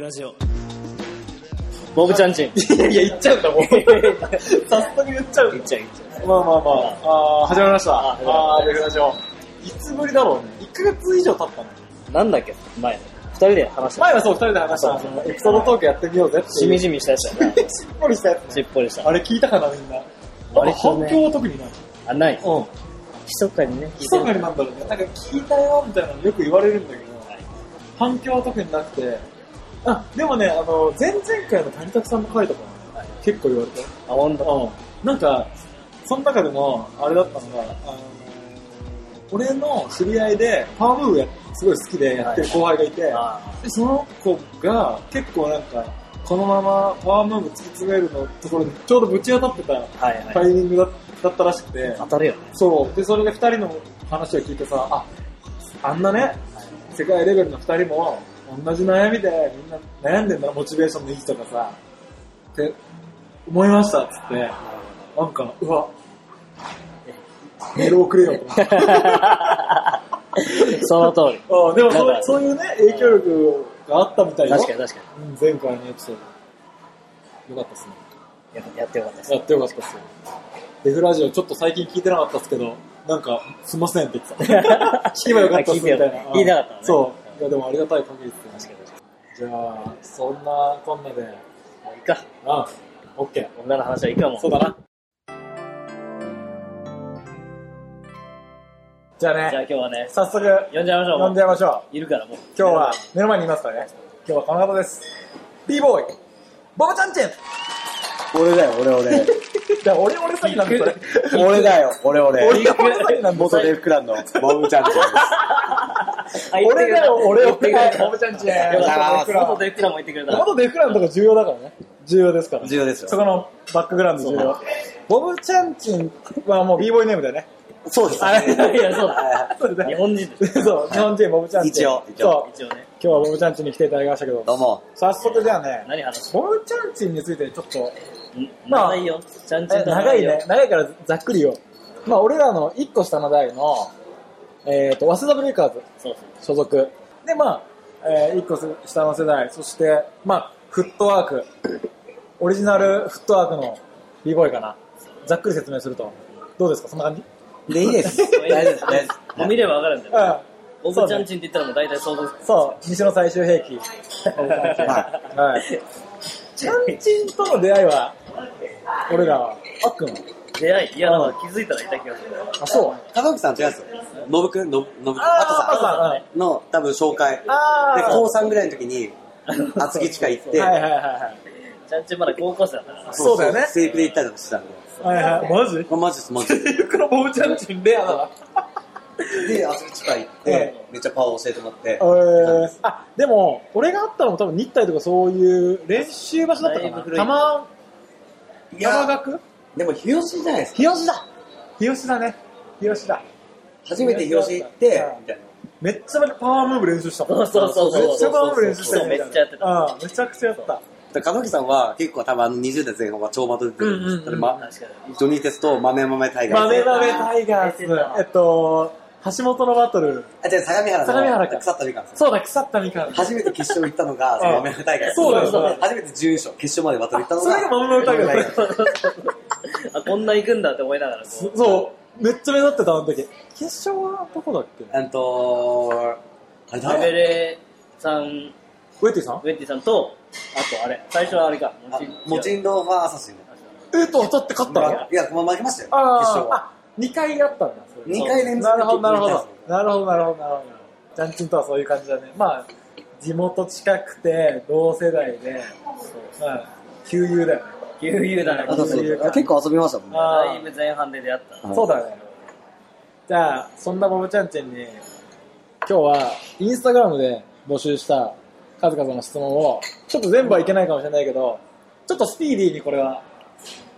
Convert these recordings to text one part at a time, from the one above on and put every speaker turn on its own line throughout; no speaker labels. ラジオ。モブちゃんちん。
いやいや、言っちゃう んだもん。早速言っちゃうん
いっ
だ。
ちゃいっちゃ
まあまあまあ、あー始まりました。
あ始まりました
あー、やりましょう。いつぶりだろうね。1ヶ月以上経ったの。
う。なんだっけ前。二人で話した。
前はそう、二人で話した、そのエピソードトークやってみようぜっていう。
しみじみしたやつだよね。
しっぽりしたやつ
し
ね。
っぽりした
あ。れ聞いたかな、みんな。
あれ聞いたね
反響は特にない。
あ、ない。
うん。
密かにね、聞いて
密
る
かになんだろうね。なんか聞いたよ、みたいなのよく言われるんだけど、反響は特になくて、あ、でもね、あの、前々回の谷拓さんの回とかも、結構言われたよ。
あ、ほんと。
うん。なんか、その中でも、あれだったのが、あの、俺の知り合いで、パワームーブやすごい好きでやってる後輩がいて、
あ
でその子が結構なんか、このままパワームーブ突き詰めるのところにちょうどぶち当たってた
ーはいは
タ
い。
イミングだだったらしくて
当、たるよね。
そう。で、それで二人の話を聞いてさ、あ、あんなね、世界レベルの二人も同じ悩みでみんな悩んでんだな、モチベーションの維持とかさ、って思いましたっつって、なんか、うわ、メール送れ よと思って。
その通り。
うんでもそ
なん
う
か
そういうね、影響力があったみたいよ
確かに確か
うん前回のエピソード。よかったっすね。
に。やっぱやってよかったです。
やってよかったっすよ。デフラジオちょっと最近聞いてなかったっすけど、なんか、すいませんって 言ってた。聞けばよかったっすみたいな
あ聞いてよ。聞いてなかったのね
そう。いやでもありがたい限りです
確
ね。
かに確か
じゃあ、そんなこんなで、
に。もういいか。
あ、オッケー。
女の話はいいかも。
そうだな。じゃあ
じゃあ
ね、
今日はね、
早速、
呼んじゃいましょう。
呼んじゃいましょう。
いるからもう。
今 日は、目の前にいますからね。今日はこの方です。b ボーイボブちゃんちん
俺だよ、俺俺。
じゃあ、俺俺詐欺なんだ、それ。
俺だよ、俺
俺
俺。
が俺詐欺なんだ、そ
元
れ
デフクランのボブちゃんちゃんです。
あ、言ってくれ
俺だよ 俺
言ってくれ
俺ボブちゃんちん
よかっ
よろしく
た。
お願いします
元デクラも言ってくれた。
元デフランとか重要だからね。重要ですから。
重要ですよ
そこのバックグラウンド重要。ボブちゃんちんはもう b ボーイネームだよね。
そうです
い
ね。
や、そうだ。
そうだ
日
ね。
本人です。
そう、日本人ボブちゃんちん。
一応一応
そう。
一応ね。
今日はボブちゃんちんに来ていただきましたけど。
どうも。
早速じゃあね、
何話す
ボブちゃんちんについてちょっと、まあ
長いよ。ちゃんちゃ
え
んと
長いね。。長いからざっくりよ。まあ、俺らの一個下の代の、えっと、早稲田ブレイカーズ。
そうそう。
所属。で、まあ、えー、1個下の世代、そして、まあ、フットワーク。オリジナルフットワークの b ボーイかな。ざっくり説明すると。どうですかそんな感じ
で、いいです。大丈夫です、大丈
もう見ればわかるんだよ。
うん。
オ
そう
ブ
ね
ちゃんちんって言ったらもう大体想像
そう、西の最終兵器。
は
はい。ちゃんちんとの出会いは、俺らは、あっくんは。
出会い、いや、なんか気づいたらいた気がする。
あ、そう。
夫。加藤さん違います。ノブくん、ノブ、ノブ、
あ
あ
さん。うん
とさんの多分紹介。で、
あー
高3ぐらいの時に、厚木地下行って、
はいはいはいはい。
ちゃんちんまだ高校生だから。
そうだよね
制服で行ったりとかしてたんで。
はいはい。マジ
あマジです、マジで
このボブちゃんちんレアだな。
す。で、厚木地下行って、めっちゃパワー教えてもらって。
えーあでも俺があったのも多分日体とかそういう練習場所だったか
だいぶ
な
古い
玉
い
山
や、
学
でも日吉じゃないですか。
日吉だ日吉だね日吉だ
初めて日吉行って、みたいな。
めっちゃパワームーブ練習したもん
そうそうそう
めっちゃパワームーブ練習したよ
そうめっちゃやってた
うんめちゃくちゃやった
だから加藤さんは結構多分あの20代前半は超バトル出てるんです。
うんうんうん
だからま
確かに。
ジョニーテスと豆豆タイガー。
豆豆タイガー
やってた
スえっと橋本のバトル
あ、じゃあ相模原の
相模原か
腐ったみかんです。
そうだ腐ったみかん
初めて決勝行った のが、その豆豆タイガーです。
そうだよそうだよ
初めて準優勝、決勝までバトル行ったの
そ
が。
れが豆豆タイガース
豆豆
あ、こんな行くんだって思いながら、こ
そうめっちゃ目立ってたあの時決勝はどこだっけ
タイガー。えっと、あれ
う、レベ
誰
レさん、
ウェティさん
ウェッティさんと、あとあれ、最初はあれか、も
あ
ち
モチンローファーアサシン。
えっと当たって勝ったの
いや、もう負けましたよ、決
あ
勝
ー
は。
あ、2回やったんだ。それ
2回連続
なるほど、なるほど
決勝。行ったんですよ
なるほど、なるほど、なるほど。ジャンチンとはそういう感じだね。まあ、地元近くて、同世代で、まあ、旧友だよね。
悠々だな、
あとそう
そういう
あ結構遊びましたもんね。
あ
だいぶ前半で出会った。
はい
そうだね。じゃあ、そんなボブちゃんちんに、今日は、インスタグラムで募集した数々の質問を、ちょっと全部はいけないかもしれないけど、ちょっとスピーディーにこれは、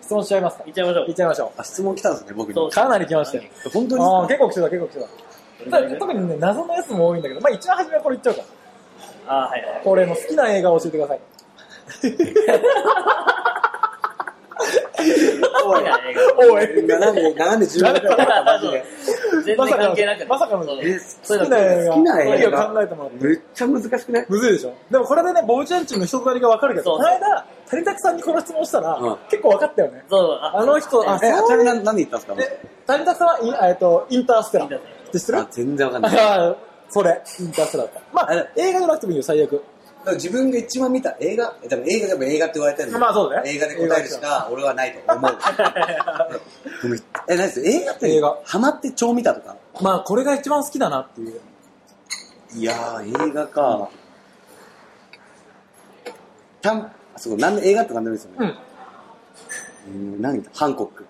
質問しちゃいますか
行っちゃいましょ
いっ
う。
ちゃいましょ。
あ質問来たんですね、僕に。
そう
かなり来ましたよ。
本当に
あー結構来てた、結構来てた。
どれぐらい
特にね、謎のやつも多いんだけど、まあ一番初めはこれ言っちゃおうか。
あ、はいはい。
これの好きな映画を教えてください。
おい
好きな映画
お
斜め、斜め10秒くらいだった、マジで。
全然
まさか
関係な
の
く、
まさかの、
そう
好
いう
え、
そういう
きな映画、
好きな映画
いいよ考えてもらって。
めっちゃ難しくない
むずいでしょでもこれでね、ボブチャンチンの人となりがわかるけど、
そう
この間、タリタクさんにこの質問したら、
うん
結構わかったよね。
そう、あ
あの人、あ、
え、あち
そうい
なみに
う
何何言ったんですか
で、タリタクさんはイン、えっと、インターステラ
いい
ー
だ
っ
ね
て知ってる
あ、全然わかんない。だか
あそれ、インターステラーだった。ま
あ
あ
れ、
映画じゃなくてもいいよ、最悪。
ら自分が一番見た映画、え多分映画でも映画って言われてるの
まあそうだね
映画で答えるしか俺はないと思 う。うんえ、何です映画って
映画
ハマって超見たとか
まあ、これが一番好きだなっていう。
いやー、映画か。たん、あ、そう、なんで映画って何でもいいですよ
う
ね。
ん。
うん、何見たハンコック。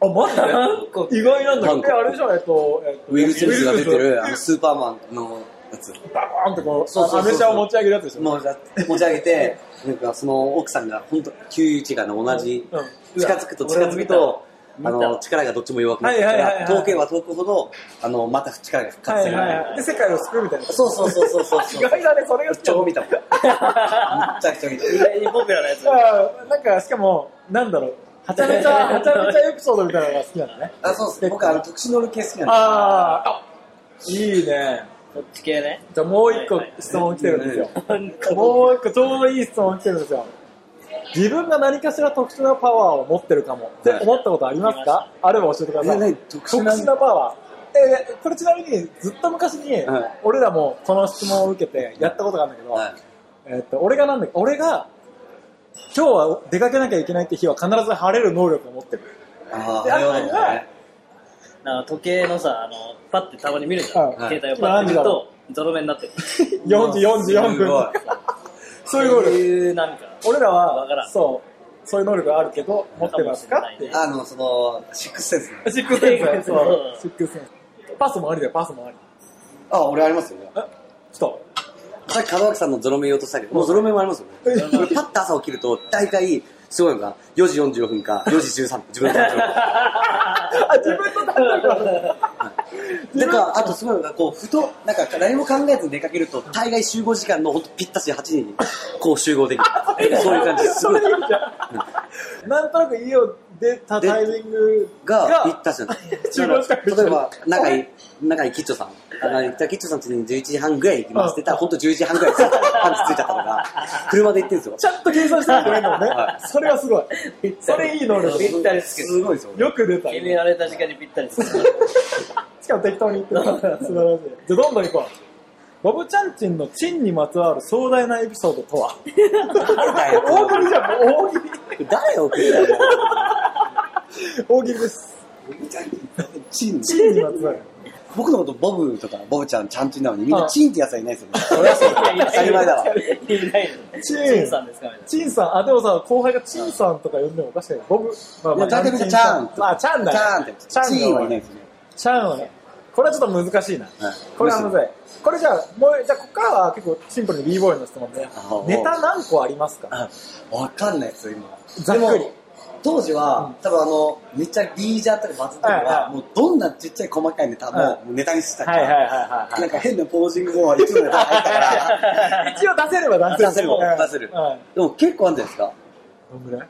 あ、マジで 意外なんだ
韓
けど。え、
国
あれでしょ、えっと、えっと
ウィル・スミスが出て
ウィ
る、あ
ル
の、
ス
スーパーマンのやつ。
ミスバーンってこ
そうそう
う、
そう
アメ車を持ち上げるやつでしょ。
もうだって持ち上げて、なんかその奥さんが本当旧知がね同じ、
うん
近づくと近づくと、あ
俺も見た
の、力がどっちも弱くなってき
はいはいはいは
た
い
遠ければ遠くほど、あの、また力が復活
は
す
い
る。
はいはい。で、世界を救うみたいな。
そうそうそうそうそうそ
意
う。
外だね、それが好きだ
超見たもん。めっちゃくちゃ見た。
意外にポピュラーなやつ。
あーなんか、しかも、なんだろう、はちゃ めちゃ、はちゃめちゃエピソードみたいなのが好きなのね。
あ、そうです。僕、あの、特殊能力系好きなんです
あーあ、いいね。
そっち系ね。
じゃあもう一個
はいはい
質問来てるんですよ。
なんか
もう一個ちょうどいい質問来てるんですよ。自分が何かしら特殊なパワーを持ってるかもって
はい
思ったことあります
あ
かあれば教えてくださ
え何
い。
特
特
殊な
殊なパワー。えーこれちなみにずっと昔に
はい
俺らもこの質問を受けてやったことがあるんだけど、
はい。
えーっと、俺がなんだっけ俺が今日は出かけなきゃいけないって日は必ず晴れる能力を持ってる。
あ
で
あ、あれは
あれは
ね。
なんか時計のさ、あの、パッてたまに見るじゃん。
はい
携帯をパッて見ると、ゾロ目になってる。
4時44
すごい
分。そういう能
そう
力。
いうなんか、
俺ら
わから
は、
ん
そう、そういう能力があるけど、持ってますかっていう。
あの、その、シックスセンスね。
シックスセンスね。そ
そう
う、シックスセンス。パスもありだよ、パスもあり。
あ、俺ありますよ。
えちょっ
さっき門脇さんのゾロ目言おうとしたけど、もうゾロ目もありますよね。
と。え
それパッと朝起きると、大体、すごいのが、4時45分か、4時13分、自分の誕生
あ、自分の誕生日は
日。なんか、あとすごいのが、こう、ふと、なんか、何も考えずに出かけると、大概集合時間のほんとぴったし8時に、こう集合でき る。そういう感じです。す
そ
ごい
れいいじゃん。なんとなく家を出たタイミング
が、ぴ
が
っ、たしなんです。
集合時間
例えば、仲いい、仲いいキッチョさん。仲いいキッチョさんちに11時半ぐらい行きますって言ったら、ほんと11時半ぐらい着いた感じ着いちゃったのが、車で行ってるんですよ。
ちゃんと計算してくれるのね
は。
それはすごい。それいい能力。
ぴったりつけ
すごいですよ。
よく出た。
決められた時間にぴったりする。
しかも適当に言ってる。 素晴らしい。じゃあ、どんどん行こう。ボブチャンチンのチンにまつわる壮大なエピソードとは大喜利じゃん、もう大喜利。
誰を送ったの
大喜利です。
チン
チンにまつわる。
僕のことボブとかボブちゃんちゃんと言うのにみんなチンってやつはいないですよね。そ
い
れはそうだ。当たり前だわ。
いないの。
チ
チ
ーン
ーンさんですかみたいな。
チンさん、あ、でもさ、後輩がチンさんとか呼んでもおかしくない。ボブ、まあ
まあ大体みんなチャン
まあ、チャンだ
チャ
よ
ンって。
チャンが多い
チンはいないですよね。
チャンはね。これはちょっと難しいな。
はい
これはむずい。これじゃあ、もう、じゃあ、ここからは結構シンプルに b ボーイの質問で
あお。う
ネタ何個ありますか
あわかんないですよ、今。
ざっくり
でも。当時は、多分あの、めっちゃビージャーとかバズったの
はい
は
は、い
もうどんなちっちゃい細かいネタも
は
もうネタにしてたか
はいはいはいは
ら、
い
な
は
んか変なポージングもいつもネタ入ったから、
い。一応出せれば出せる。
出せるわ出せる
はい。
でも結構あるんじゃないですか。
どんぐらい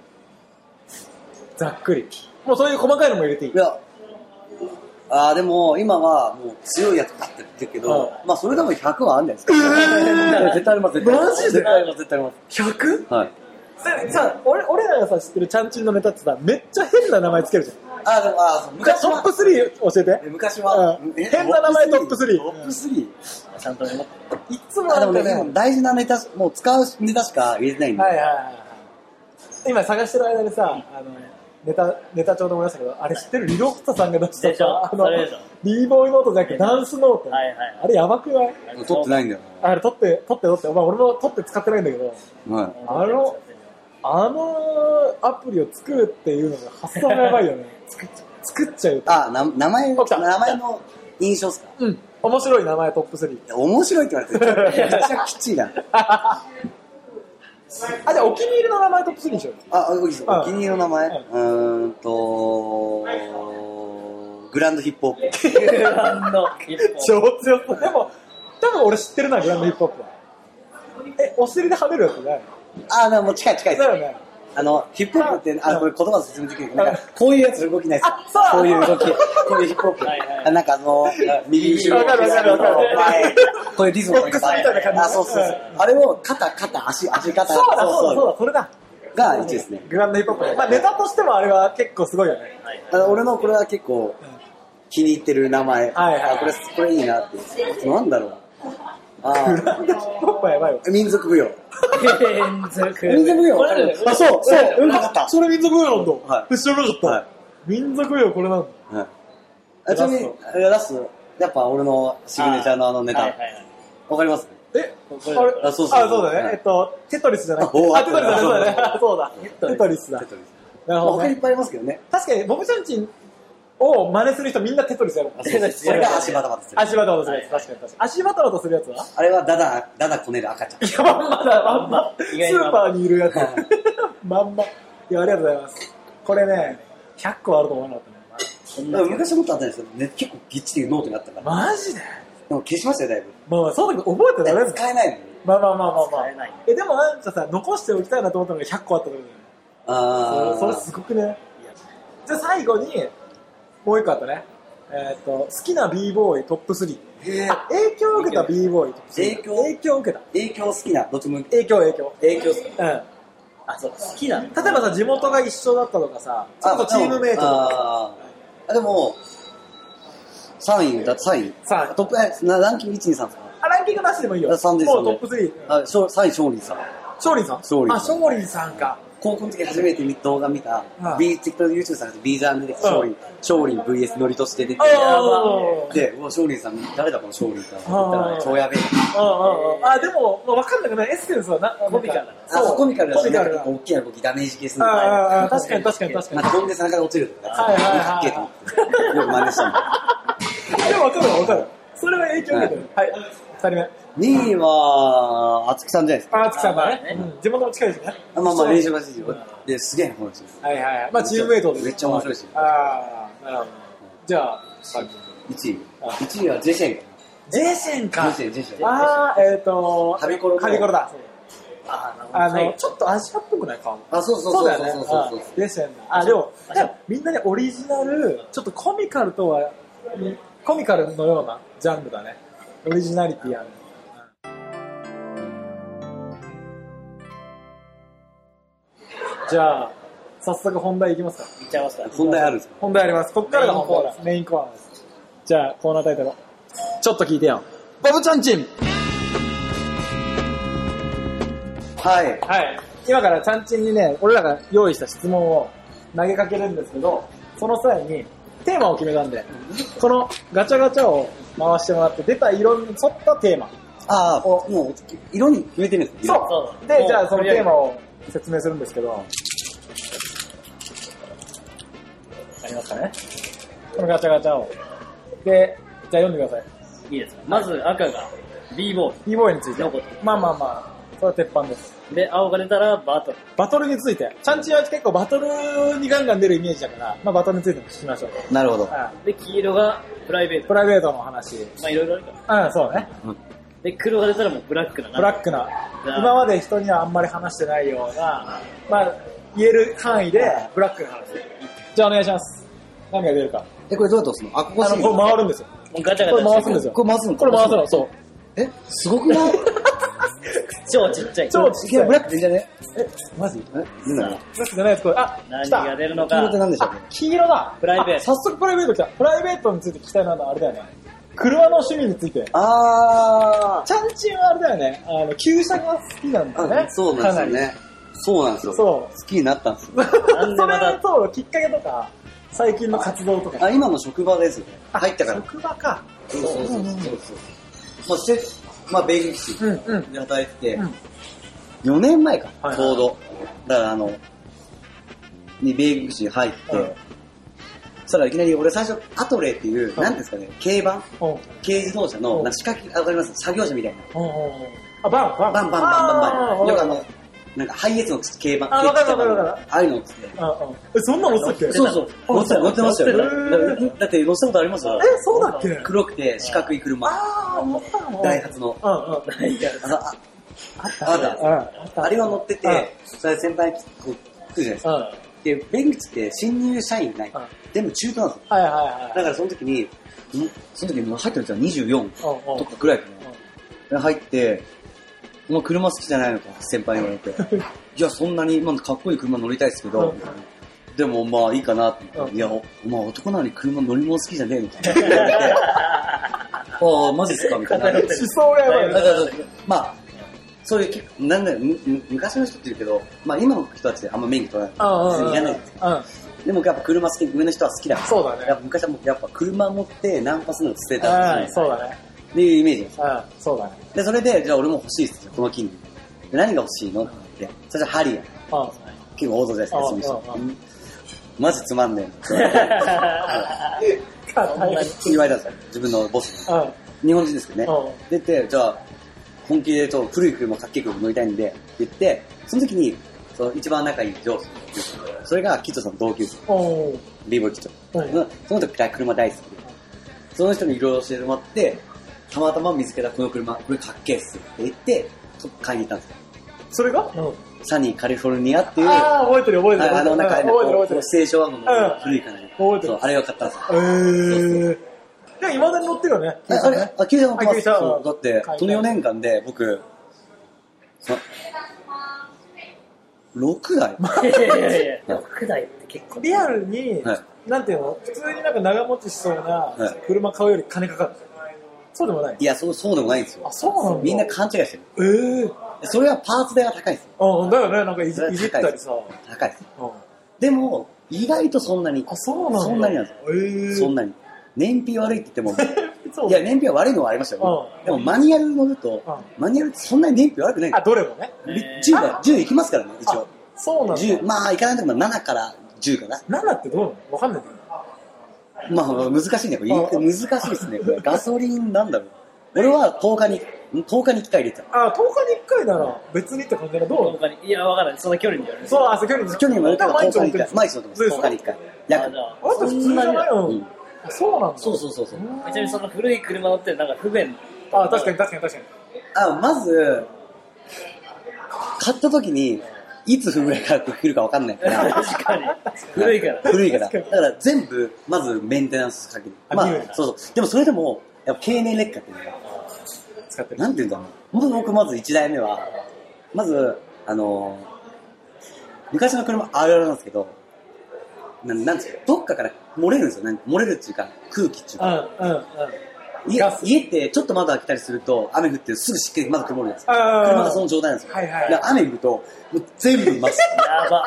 ざっくり。もうそういう細かいのも入れていい
い。や、あーでも今はもう強いやつパッて出てるけど、まあそれでも100はあるんじゃないですか。絶対あります、絶対あります。
マジで
絶対あります、絶対ありま
100?
す。はい。
でさ俺俺らがさ知ってるちゃんちんのネタってさめっちゃ変な名前つけるじゃん
あ、でも、あ、そう、
じゃあ
昔
ト
は
ップ、3教え
え
て
昔は
うん、
え
変な名前トップ3
トップ 3?
ちゃんとメモって。
いつも
あ、で
なん
も
か
ね、
ね
今大事なネタ、もう使うネタしか入れてないんで。
はいはいはい今探してる間にさあのネタネタ帳で思い出したけどあれ知ってるリロッタさんが出した
でしょ
さあの
それでしょ
b ボーイノートじゃなくてダンスノート
はいはいはい。
あれやばくない
取ってないいんだよ
あれ撮って撮って撮って、まあ、俺も撮って使ってないんだけど
な。はい。
あのあのアプリを作るっていうのが発想がやばい よね作っ作っちゃうと
あ、な名前、
起きた
名前の印象っすか
うん面白い名前トップ3
いや面白いって言われてる、めっちゃきっちりだ。
あ、じゃあお気に入りの名前トップ3にしようよ。
あ、お気
あ
に入りの名前
はいう
ーんと、グランドヒップホッ プ。
グランド一本。
超強そう。でも、多分俺知ってるな、グランドヒップホップは。え、お尻で跳ねるやつじゃない
あ、でももう近い近いで
だよね。
あの、ヒップホップって、あ、これ言葉で説明できるけど、なんか、こういうやつ動きないです
あそう
かこういう動き、こういうヒップホップ。
はいはい
あなんかあの、右後ろ、
わかるわかるわかる
前こういうリズム
ボックスみたいな感じ
あ、そうそうそう。あれを、肩、肩、足、足、肩、
そうだ、そうだ、そうだ、それだ。
うが一ですね。
グランドヒップホップ。まあネタとしてもあれは結構すごいよね。
はい
あの俺のこれは結構気に入ってる名前。
はいはい
あこれ、これいいなって。なんだろう。あ
グランドヒップホップはやばいわ。
ー民族舞踊。
連続。
民族舞踊
これね
あ、そう、そう、
なかった
それ民族舞踊なんだ。
はい
知らなかった。
はい
民族舞踊これなんだ。
はいあちなみに、あラスト、やっぱ俺のシグネチャーのあのネタ、
は
わ、
いはいはい
かります
え
こ
あ
れ
れ
あそうそうそう
あだね、
はい
えっと、テトリスじゃない。あ、テ
おー
トリスだね、そうだね。あそうだ。テトリスだ。なる
まあ
ほど
他いっ
ね。
ぱいありますけどね。
確かに、ボブちゃんちを真似する人みんなテトリスやろ
そ
う。
うそう
それが足バタバタする。
足バタバタするやつ、確かに確かに。足バタバタするやつは
あれはダダ、ダダこねる赤ちゃん。
いや、まんまだ、まんま。ス
意外にま
ー
んま
パーにいるやつ
はい。
まんま。いや、ありがとうございます。これね、100個あると思わなかったね。
だから昔はもっとあったんですけど、ね、結構ぎっちりノートになったから。
マジで
でも消しましたよ、だいぶ。
まあまあ、そんなこと覚えてられるんですか
使えないのに。
まあまあまあまあま
使
あ
えない。
え、でもなんかさ、残しておきたいなと思ったのが100個あったと思うんだよね。
あ
それそ
ー
れすごくね。じゃあ最後に、もう一個あったね。えーっと、好きな b ボーイトップ3。
へー
あ影響を受けた b ボーイトップ3。
影響
影響を受けた。
影響好きな、どっちも
影響、影響。
影響好き。
うん。
あ、そう、好きなの。
例えばさ、地元が一緒だったとかさ、ちょっとチームメイトとか。
あーあでも、3位だ、3位。
さ
トップ、え、なランキング1、2、3ですか
あ、ランキングなしでもいいよ。
あ三です
も
よ
う
ね
トップ3。
あ、しょう3位、勝利さん。
勝利さん
勝利さん
あ、勝利さんか。
高校の時初めて見動画見た
うん、
B、適当に YouTube さんで B ジャンで出てきた、
うん
勝利、勝利 VS ノリとして出てき
あ
て、
ー
で、うわ、勝利さん、誰だこの勝利さんって言った
あ
ら、
ー
超やべえ。
うんうんうん。あ、でも、まあわかんなくない。エッセンスはな、
コミカルだ
あ、そう、コミカルだ
コ
し、
ミ
な
カ
んか
ルだ
結構。大きな動き、ダメージ系するの
あああ
が
あ、確かに確かに確
なん
か
か飛んで背中が落ちるとか、
はいはいはい
かっけえと思って、よく真似したんだ。
に。でもわかるわわかる。それは影響受けてる。はい。二人目。
2位は、あつきさんじゃないですか。
あー、つきさんだ
ま
ね
あ。ね
うん地元も近いしね。
あまあまあ、
そう
練習がしいよ。で、すげえな、この人。
はいはいはい。まあ、チームメイトで
めっちゃ面白いし
ああ、なるほど。じゃあ、
1位
あ。
1位はジェシェン。
ジェシェン
ジェシェン、ジェシェン。
ああ、えっと、
カビコロの
カビコロだ。
あ
あ
は
の、
い
ちょっとアジアっぽくない顔。
あ、そうそう
そう
そう
だ
そ
よ
う
ね
そうそう。
うんジェシェンだ。あ、でも、でもみんなでオリジナル、ちょっとコミカルとは、コミカルのようなジャンルだね。オリジナリティある。じゃあ、早速本題いきますか。
いっちゃいますか。
本題あるんですか
本題あります。こっからが本コーナー。メインコーナーです。じゃあ、コーナータイトル。ちょっと聞いてよ。バブちゃんチン
はい。
はい。今からちゃんちんにね、俺らが用意した質問を投げかけるんですけど、その際にテーマを決めたんで、このガチャガチャを回してもらって、出た色に沿ったテーマ。
ああ、
お
もう、色に決めてるんですね。
そう。
そ
で、
う
じゃあそのテーマを説明するんですけど、わかりますかねこのガチャガチャを。で、じゃあ読んでください。
いいですか。まず赤が b ボー
b ボーイについ
イ
て。
のこと
まあまあまあ、それは鉄板です。
で、青が出たらバトル。
バトルについて。ちゃんちんは結構バトルにガンガン出るイメージだから、まあバトルについても聞きましょう。
なるほど。
う
で、黄色がプライベー
ん
ト。
プライベートの話。うん、
まあいろいろあるから。
そうね。
で、黒が出たらもうブラックだな。
ブラックな。今まで人にはあんまり話してないような、まあ、言える範囲で、ブラックな話。じゃあお願いします。何が出るか。
え、これどうやって押すのあ、ここ
あ
押
の、
す
これ回るんですよ。
もうガチャ
こ
ガチ
れ
ャ
回
して
すんですよ。
これ回すの
これ回すの、そう。
え、すごく ない
超ちっちゃい。
超
いや、ブラックでいいんじゃね
え、マジ
え、なんだろ
ブラ
う
ックじゃないです、これ。あ、来
何
た。
が出るの
黄色
か
って。何でしょう
あ、黄色だ。
プライベート
あ早速プライベート来た。プライベートについて聞きたいのはあれだよね。車の趣味について。
あ
ちゃんちんはあれだよね。あの、旧車が好きなんだよ
ー
ね
あ。。そうなんですよ
か
ね。そうなんですよ。
そ
好きになったんですよ。
なり。
なんで
そ
ま
れ
た
と、きっかけとか、最近の活動とか。
あ、今の職場ですよね。入ったから。
職場か。
そうそうそうそうそう。まあ、して、まあ、米軍基地
うんうん。
で働いてて
うん、
4年前か
はいは、い
ちょうど。だから、あの、に米軍基地に入って、
うん
そしたらいきなり俺最初、アトレっていう、なんていうんですかね、軽バン
おう
軽自動車
う
の、
ん
なんか仕掛け、あわかります作業車みたいな。
おうおうおうあ、バンバン。
バンバンバンバンバン。よくあ
あー
の、なんかハイエースの軽バン。
あわかるわかるわかる
ああいうのっつって。
うんうんえ、そんなの乗ってたっけ
そうそう。乗ってた乗ってましたよ。
乗ってる
だって乗ったことありますよ
え。、そうだっけ
黒くて四角い車。
あー、乗ったの
ダイハツの。
うんうん。
何が
あああった
うん。
あれを乗って
うん
て、それ先輩にこう来るじゃないですか。
うん。はい
で、弁口って新入社員いない。全部中途なんですよ。
はいはい。
だからその時に、んその時入ってる人は24
うんうん
とかぐらいかな。入って、お前車好きじゃないのか先輩に言われて。いや、そんなに、まあ、かっこいい車乗りたいですけど、
うん
でもまあいいかなって思って。
うん
いや、おお前男なのに車乗り物好きじゃねえのかって言われて、 ああ、マジっすかみたいな。
語る
思想がやば
だ
い。
から、まあ、そういう結構、なんだよ、むむ昔の人って言うけど、まあ今の人たちってあんま免許取らない。
うんうんうん。
いらない
うん。
でもやっぱ車好き、上の人は好きだから。
そうだね
やっぱ昔はもうやっぱ車持ってナンパするのがステータスだ
あ
った
そうだね。
っていうイメージです。
うん。そうだね。
で、それで、じゃあ俺も欲しいっすよ、この金魚。で何が欲しいのって。そしたらハリアー。
う
結構王道じゃないですか、そういう人。
う
うんマジつまんねえの。
ん。かわい い。
言われたんですよ、自分のボスに。
うん。
日本人ですけどね。
うん。
出て、じゃあ、本気でちょっと古い車、かっけえ車乗りたいんで、って言って、その時に、その一番仲いい上司、それがキッドさんの同級生、
お
リーボーキッド。
はい
その時から車大好きで、その人にいろいろ教えてもらって、たまたま見つけたこの車、これかっけえっすって言って、ちょっと買いに行ったんですよ。
それが
サニーカリフォルニアっていう、
あ
あ
あ、覚えてる覚えてる。
あの、なんか、
覚えてる
こう
覚えてる。
ステーションワゴンの
うん
古い感じ
覚
の、
えてる
そうあれが買ったんですよ。
えー。でも、いまだに乗ってるよね。
あれ、あ、救済も来ま
あ
す。
救済は
そうだって
買い替え、
その4年間で僕、さ6台
いやいやいや、6台って結構。
リアルに、
は
なんていうの普通になんか長持ちしそうな
はい
車買うより金かかる。そうでもない
い。や、そう、そうでもないんですよ
あ、。そうなんだ。
みんな勘違いしてる。
ええ
それはパーツ代が高いんですよ。
ー。うん、だよね。なんかいじ
それはい高い
じったりさ。
高いです。
うん
でも、意外とそんなに、
あ、そうなんだ。
そんなになんで
ええー。
そんなに。燃費悪いって言って
そ
も、
う
いや、燃費は悪いのはありましたよ。
うん
でも、マニュアル乗ると
うん、
マニュアルってそんなに燃費悪くないんで
あ、どれもね。
ね
すよ。10が、10いきますからね、一応。
そうなん
10、
だ。
まあ、いかないところ7から10かな。
7ってどうなのわかんないんだけど。
まあ、難しいね。これ
あ
難しいですね。これガソリンなんだろう。俺は10日に、ん10日に1回入れてた。
あ、10日に1回なら別にって感じがどうなの
他にいや、わからない。その距離による。
そう、あ、そう距離
去年も入れたから
毎
10
日
日
乗っ
に
て
1
る
回。毎日乗ってます。
そうですか
10日に1回。
あ
約
じ。ゃあ
あんた普通じゃないの、
うん
そうなんだ。
そうそうそうそう。
めちゃめちゃその古い車乗ってなんか不便。
あ、確かに確かに確かに。
あ、まず、買った時に、いつ古いから来るか分かんないから。
確かに。 古いから。
古いから。
確
だ
か
から全部、まずメンテナンスかける。
あ
ま
見るん
あ、
だ
そうそう。でもそれでも、やっぱ経年劣化っていうのが
使ってる。
なんて言うんだろう。本当僕まず1台目は、まず、あのー昔の車あるあるなんですけど、なんなんですか、どっかから漏れるんですよ。なんか漏れるっていうか、空気っ
う
ていう
ん、
か。
うん、うん。
家
ガス
家ってちょっと窓開けたりすると、雨降ってすぐ湿気でまだ曇るじゃないですか。
あー
車がその状態なんですよ。
はいはい
だから雨降ると、もう全部真っ 白。
やば。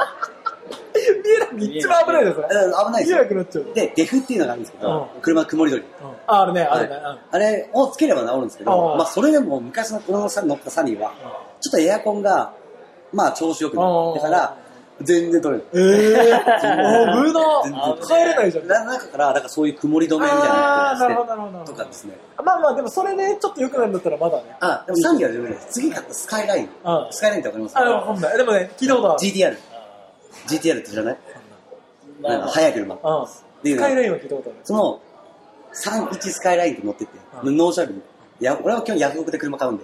見えなく一番危ないですよ、それ。
だから危な
見
いです
え
よ
な。くなっちゃう。
で、デフっていうのがあるんですけど、車曇り鳥。
うん、あ、あるね、あるね。
はいあれをつければ治るんですけど、
ああ
まあそれでも昔のこの乗ったサニーは、ちょっとエアコンが、まあ調子よくなってから、全然取れる。
うん。えー、危
全
な
然
帰れないじゃん。
な中から、だからそういう曇り止めみたい
あ
な
ー、
の
なるほ
をや
ど、なるほど、な
っ
るほ
てと
ど
かで。すね。
まあまあ、でもそれでちょっと良くなるんだったらまだね。
あ、でもサニーは十分です。次買ったスカイライン
あ。あ
スカイラインってわかります
あ、でも本来。でもね、聞いたことある。
?GTR。GTR って知らない
まあ
なんか速い車。
うん。
てい
ス
うのは
カイラインは聞いたことある。
その、31スカイラインって乗ってって、
う
納車日に。いや、俺は今日ヤフオクで車買うんで。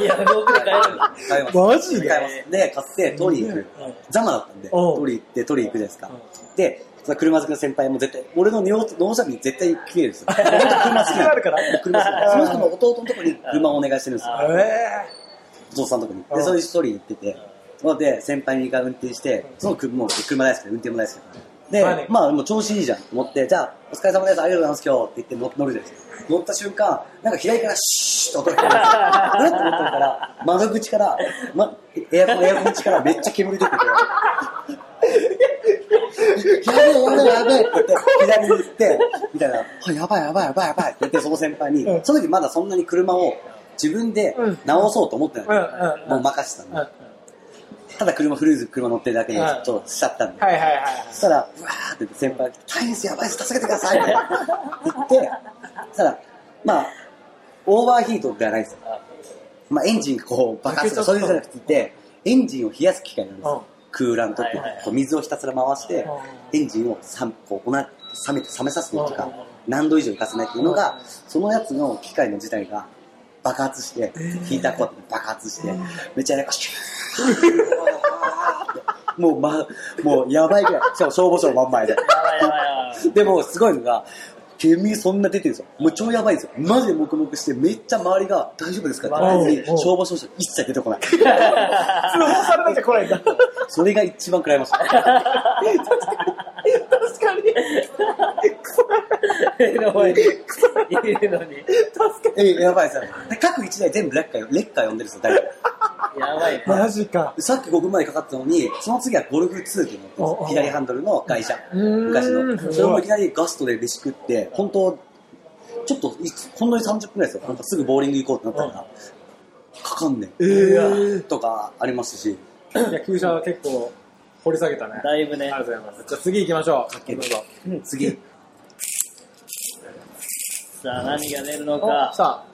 いや、僕が帰るの。
買います。
マジで
買います。で、買って取りに行く。ザマだったんで、
うん
取り行って、取り行くじゃないですか
うん。
で、その車好きの先輩も絶対、俺の納納車日に絶対来てるんですよ。 俺本当車好
気
き
になるから
車好きなんでその人の弟のとこに車をお願いしてるんですよ。
え
お父さんのとこに。
う
で、
ん
そういう取りに行ってて。なので、先輩が運転して、その車も車大好きで、運転も大好きで。
まあ
で
ね、
まあ、もう調子いいじゃん。乗って、じゃあ、お疲れ様です、ありがとうございます、今日って言って乗乗るじゃないですか。乗った瞬間、なんか左からシューッと音が聞こえるんですよ。どうやって乗ったのから、窓口から、ま、エアコン、エアコン口からめっちゃ煙出てて。やべえやべえやべえって言って、左に行って、みたいな、あやばいやばいやばいやばいって言って、その先輩に
う、ん
その時まだそんなに車を自分で直そうと思ってない。
うんうんうん
もう任せてたん
ー。うん。
で
はい
ただ車、古い車乗ってるだけで、ち
はい
ょっとしちゃったんで。
はいはい。
そしたら、うわーって言って先輩が来て、大変です、やばいです、助けてくださいって言って、そしたら、まあ、オーバーヒートではないですよ。まあ、エンジンがこう爆発とか、そういうのじゃなくて、エンジンを冷やす機械なんですよ。クーラントっ
はい
て
はいはい、
こう水をひたすら回して、エンジンをさこうおな冷めて、冷めさせてると
う
か
んうんうん、
何度以上行かせないっていうのが、そのやつの機械の自体が爆発して、ヒーターコアって爆発して、めっちゃやらかし、シューもう、ま、もう、やばいぐらい。しかも消防署の真ん前で。
やばいやばいやばい。
でも、すごいのが、煙そんな出てるんですよ。もう超やばいんですよ。マジで黙々して、めっちゃ周りが大丈夫ですかって言われて
うん
消防署の人一切出てこない。
通報されなきゃ来ないんだ。
それが一番食らいました。
確かに。
目の前にいるのに。
ええ、やばいですよ。で各一台全部レッカー、レッカー呼んでるんですよ、大体。
やばい。
マジか。
さっき5分までかかってたのに、その次はゴルフ2っていうの
お
を
お
左ハンドルの会社、
うーん
昔の。
すごい
それもいきなりガストで飯食って、本当、ちょっとい、ほんのに30分ぐらいですよ。なんかすぐボーリング行こうってなったら、かかんね
え
ん。
ー。
とかありますし、
いや、急車は結構掘り下げたね。
だいぶね
あ。りがとうございます。じゃあ次行きましょう。
けど次、
さあ、何が出るの
お来
か。
た。あ、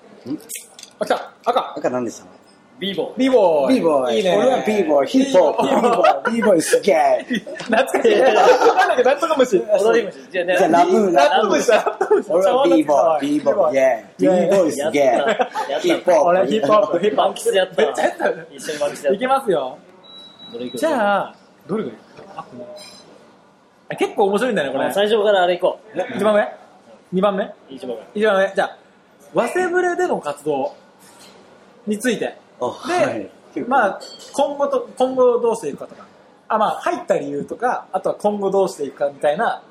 来た。赤。
赤何でした
ビボ。
ビーボーイ。
ビーボーイ。
いいね。
俺はビーボーイ、ヒップホップ、ビーボーイ、ビーボーイすげえ。
懐かしい。なんだっけ、なんとか虫。
踊り虫。じゃあね
じゃあラブーナ
なんとか虫だ。
俺はビーボーイ、ビーボーイ、イェイ。ビーボーイすげえ
やったやっ。た
ヒップホ
俺
ッ
は
プ。
ヒップホップ、ヒップホ
満
ッ
喫やった
めっちゃやったよね
わ。一緒に満喫や
プ。
っ
いきますよ。
た。
じ
あ、
ゃあ、どれがいいあこのあ結構面白いんだよね、こ
これ
れ。
最初からあれ行こ
1番目 ?2 番目
う。一番目。
以上ね、じゃあ、和セブレでの活動について、
あはい
まあ、今後と、今後どうしていくかとか、あ、まあ、入った理由とか、あとは今後どうしていくかみたいな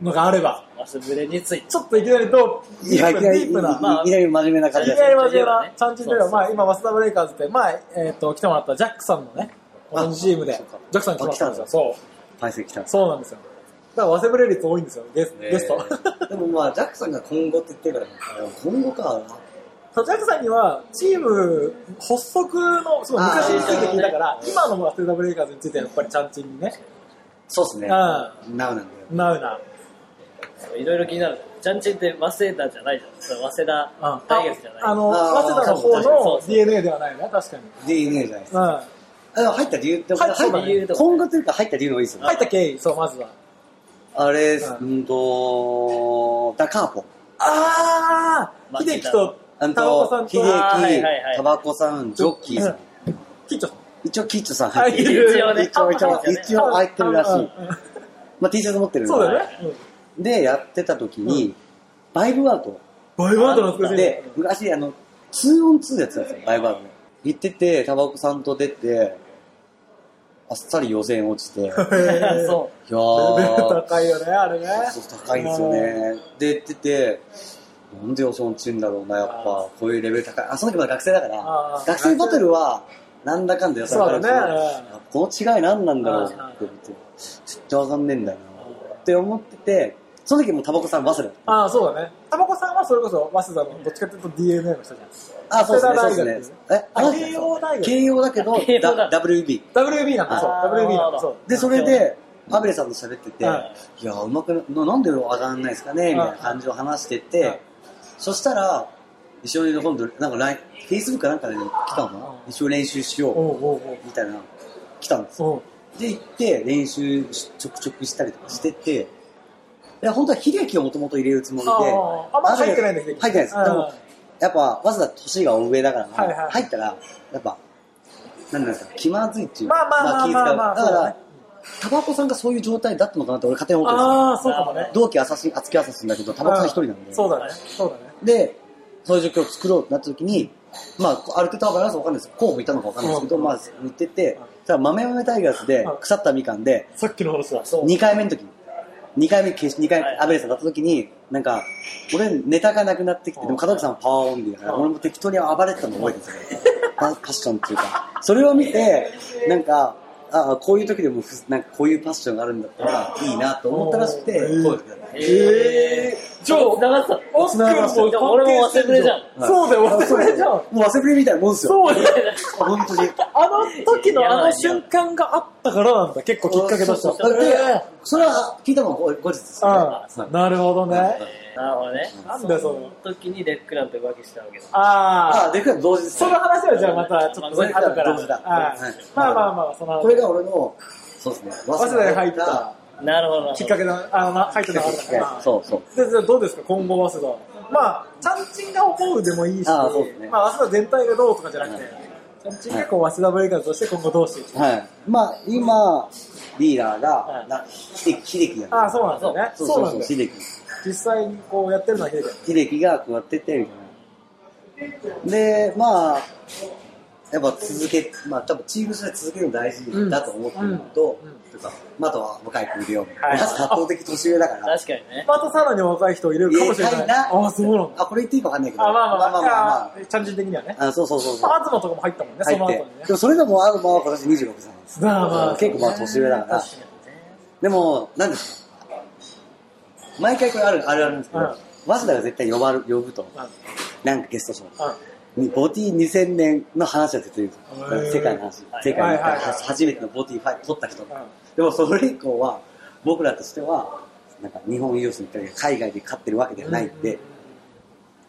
のがあれば、
マスブレについて。
ちょっといきなりどう、デ
い
ィ
やい
ー
き
プ
なり、
デ
い
ィ
き
ープな、まあ、い
なり真面目な感じ
き
で
なり真面目
いきなり真面目
な
な、
ちゃんと言う
そうそう
まあ、今、マスダブレイカーズって、まあ、えっ、と、来てもらったジャックさんのね、同じチームで、ジ
そうか
ャックさん来てもらったんですよ。
あ来
そう。
対戦来た。
そうなんですよ。だから、早稲田率多いんですよ、ゲス,、ゲスト。
でもまあ、ジャックさんが今後って言ってるから、今後か。
ジャックさんには、チーム発足の、そう昔について聞いたから、今のマスダブレイカーズについてはやっぱりちゃんちんにね、
そうっすね。ナ
う
ウなんだよ。
なうな。
いろいろ気になる。ちゃんちんって早稲田じゃないじゃん。そう早稲
うん
田大学じゃない。
あの、
あー
早稲田の
そうそう
方
そ
の
うそう
DNA ではないよね、確かに。
DNA じゃないです
うん。
か。
入
あでも入った理由って、
入った
入った理由とか今後というか入った理由の方がいいですよね。
った経緯、そう、まずは。
あれ、
うん
うんと、ダカーポ。
あー秀樹と
あん
タオコさん
と、秀
と、
あーはい
樹
はいは、い
タバコさん、ジョッキーさん。
キッチョさん。
一応、キッチョさん入って
あ
る。
いる
一応ね
一応、一応、一応入ってるらし
うんう
い
ん。
まあ、T シャツ持ってるんで
そうだよね。うん
で、やってた時に、バイブアウト。
バイバード懐かしい
で
ね。、
昔、あの、2on2 やってたんですよ、ライブアウトね。行ってて、タバコさんと出て、あっさり予選落ち て、いやー、
へ
そ
ーレベル
そ
高いよね、あれね。
う高いんですよね。で、行ってて、なんで予選落ちるんだろうな、やっぱ、
あ
こういうレベル高い。あ、その時まだ学生だから
あ、ー
学生バトルは、なんだかんだ予選
そう
から
だね。
この違い何なんだろうって
あー
思って、ちょっとわかんねえんだよな、って思ってて、その時もうタバコさんバスだった。
ああ、そうだね。タバコさんはそれこそ、早稲田の、どっちかっていうと DNA の人じゃん。
あ、そうですね、
早稲
そう
田大学
ですね。え、
あ
あ
慶応大学
慶応だ けど、
慶応だ
だ WB。
WB なんだ、そう。
あー
WB なんだ、
なるほど
そう。
で、それで、パベルさんと喋ってて、い
うん
や、うまくな、なんで上がんないですかねみたいな感じを話して
う
て
ん、
そしたら、一緒に今度、なんかライン、Facebook かなんかで来たのかな
うん
一緒に練習しよ
お
う、
うおうおう
みたいな、来たんですよ。
おう
で、行って、練習しちょくちょくしたりとかしてて、いや、本当は秀樹をもともと入れるつもりで、
あーあまだ入ってないんだ
入
秀
っ
樹
てないです。でも、やっぱ、わざ年が上だから、
はいはい
入ったら、やっぱ、なんなんですか、気まずいっていう
まあまあまあまあまあ
気遣うだ
そう
か
だ
ら
ね、
タバコさんがそういう状態だったのかなって俺勝手に思ってるんで
ああ、そうかもね
すよ。。同期アサシン、熱きアサシンだけど、タバコさん一人なんで。
そうだね。そうだね。
で、そういう状況を作ろうってなった時に、まあ、ある程度はバランスわかんないです候補いたのかわかんないですけど、
うん
まあ、言ってて、ただ豆豆タイガースで
うん
腐ったみかんで、
さっきの話だ。そう。
2回目の時に、2回目決し、2回
はい
アベレさんだった時に、なんか、俺ネタがなくなってきて、でも片岡さんはパワーオンリーだから、
うん
俺も適当に暴れてたの覚えてるんですよ。パパッションってい うか。それを見て、なんか、ああ、こういう時でもふ、なんかこういうパッションがあるんだったら、いいなと思ったらしくて、
うん
声をかけたんです
う。えぇ。
じゃあ
繋がってた。
オス君も
じゃあ俺も忘れれじゃん。
はい
そうだよ、忘れじゃん。
もう忘れぶりみたいなもんですよ。
そうだよ。
本当に。
あの時のあの瞬間があったからなんだ。結構きっかけとして
そう
は。
そうで
え、
それは聞いたのも後後日ですよね
ーうん。なるほど
は
ね
い。
なるほどね。
なんだよその。
その時にレックランと浮気したわけだ。
あ
あ
あ。
あ、でかい同時です
そ
ね。
の話はじゃあまたちょっとね
まあ
後から。
同時だ
はい
はい
まあまあまあ、その
これが俺の、そうですね、
早稲田に入った。
なるほど。
きっか
け。
けだ、あの、な入ったのがあるから。
そうそう。
で、じゃあどうですか、今後、早稲田。まあ、ちゃんちんが思うでもいいし、
ああそうですね
まあ、早稲田全体がどうとかじゃなくて、チームがこう、早稲田ブレイカーズとして今後どうしていくか。
はい。まあ、今、リーダーが
は、い
な、秀樹、秀樹が。
ああ、そうなんですよね。
そう
そ
そうう
な
そ
ん
う、
ですよ。
秀樹。
実際にこうやってるのは秀樹
秀樹がこうやってて、みたいな。で、まあ、やっぱ続け、まあ多分チーム戦続けるの大事だと思ってるのと、
うんうん
とか、まああとは若い子いるよ。
はい
まず圧倒的年上だから。
確かにね。
またさらに若い人いるかもしれない。
いや
ああ、そうなんだ。
あ、これ言っていいかわかんないけど。
あ、まあまあまあ、
まあまあ
いやちゃんちん的にはね。
あそうそうそうそう
ま。あ、東とかも入ったもんね、そ
入
の
っ
後
て。
にね
で。もそれでも、あの、まあ今年26歳なんです。
まあまあ、
結構まあ年上だから。
確かにね。
でも、なんですか毎回これある、あるあるんですけ
うん
ど、早稲田が絶対呼ばる、呼ぶと、なんかゲストショー。
うんうん
ボティ2000年の話は絶対言
へ
う
ー
世界の話。世界の
はいはいはい
初めてのボティ5取った人。
うん
でもそれ以降は、僕らとしては、なんか日本ユースみたいに海外で勝ってるわけではないんで、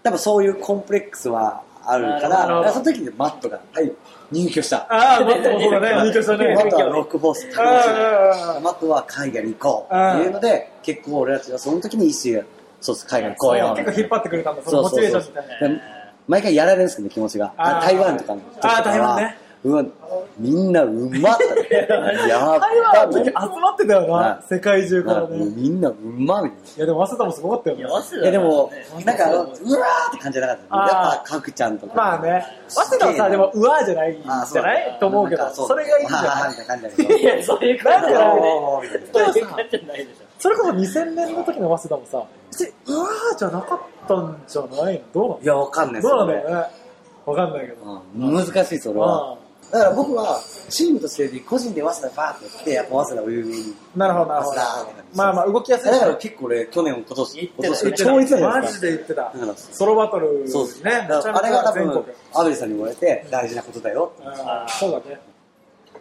多分そういうコンプレックスはある
な
か
るほど
ら、だからその時にマットが、はい、入居した。
ああ、待 っても そうだね、入居したね。
マットはロックフォース高橋
あ
マットは海外に行こ
う
う
ん
っていうので、結構俺たちはその時に一周、そうです、海外に行こうよ。
結構引っ張ってくれたんだ、そのモチベーションみたいな。
で毎回やられるんですけど、気持ちが。
あー
あ台湾とかの時とかは
あー台湾ね。
うわ、みんなうまっ や
台
った
湾の時集まってたよ
は
な、世界中から
うん
ね。
みんなうまみたい
いや、でも早稲田もすごかったよ
い
ね
や、。早稲田
な。いやでも
ね、
なんかあの、うわーって感じじゃなかった。
あー
やっぱ、かくちゃんとか。
まあね、早稲田はさ、でも、うわーじゃないじ
あー、
ゃないと思うけど、それがいいんじゃ
な
ないい
みたいな感じだ けど
いや、そういう感じじゃないね。
おーみたいな
そういう感じじゃないでし
それこそ2000年の時の早稲田もさ、別にうわーじゃなかったんじゃないのどう
いや、わかんな
ないの
で
どうなんだ
すね
ろうね。わかんないけど。
うん難しいです、俺は。だから僕は、チームとしてより個人で早稲田バーってやって、やっぱ早稲田を有名に。
うんなるほど、なるほど。まあまあ、動きやすい
だ
し
から結構俺、去年、今年、
言って
今
た
年
言
が
って
超一なんで
マ
す
ジで言ってた
だから。
ソロバトルね、
そうです
め
ね。
ちゃめち
だからあれが
ゃ
多
全国
分。、アベルさんに言われて、大事なことだよ。
あーそうだね。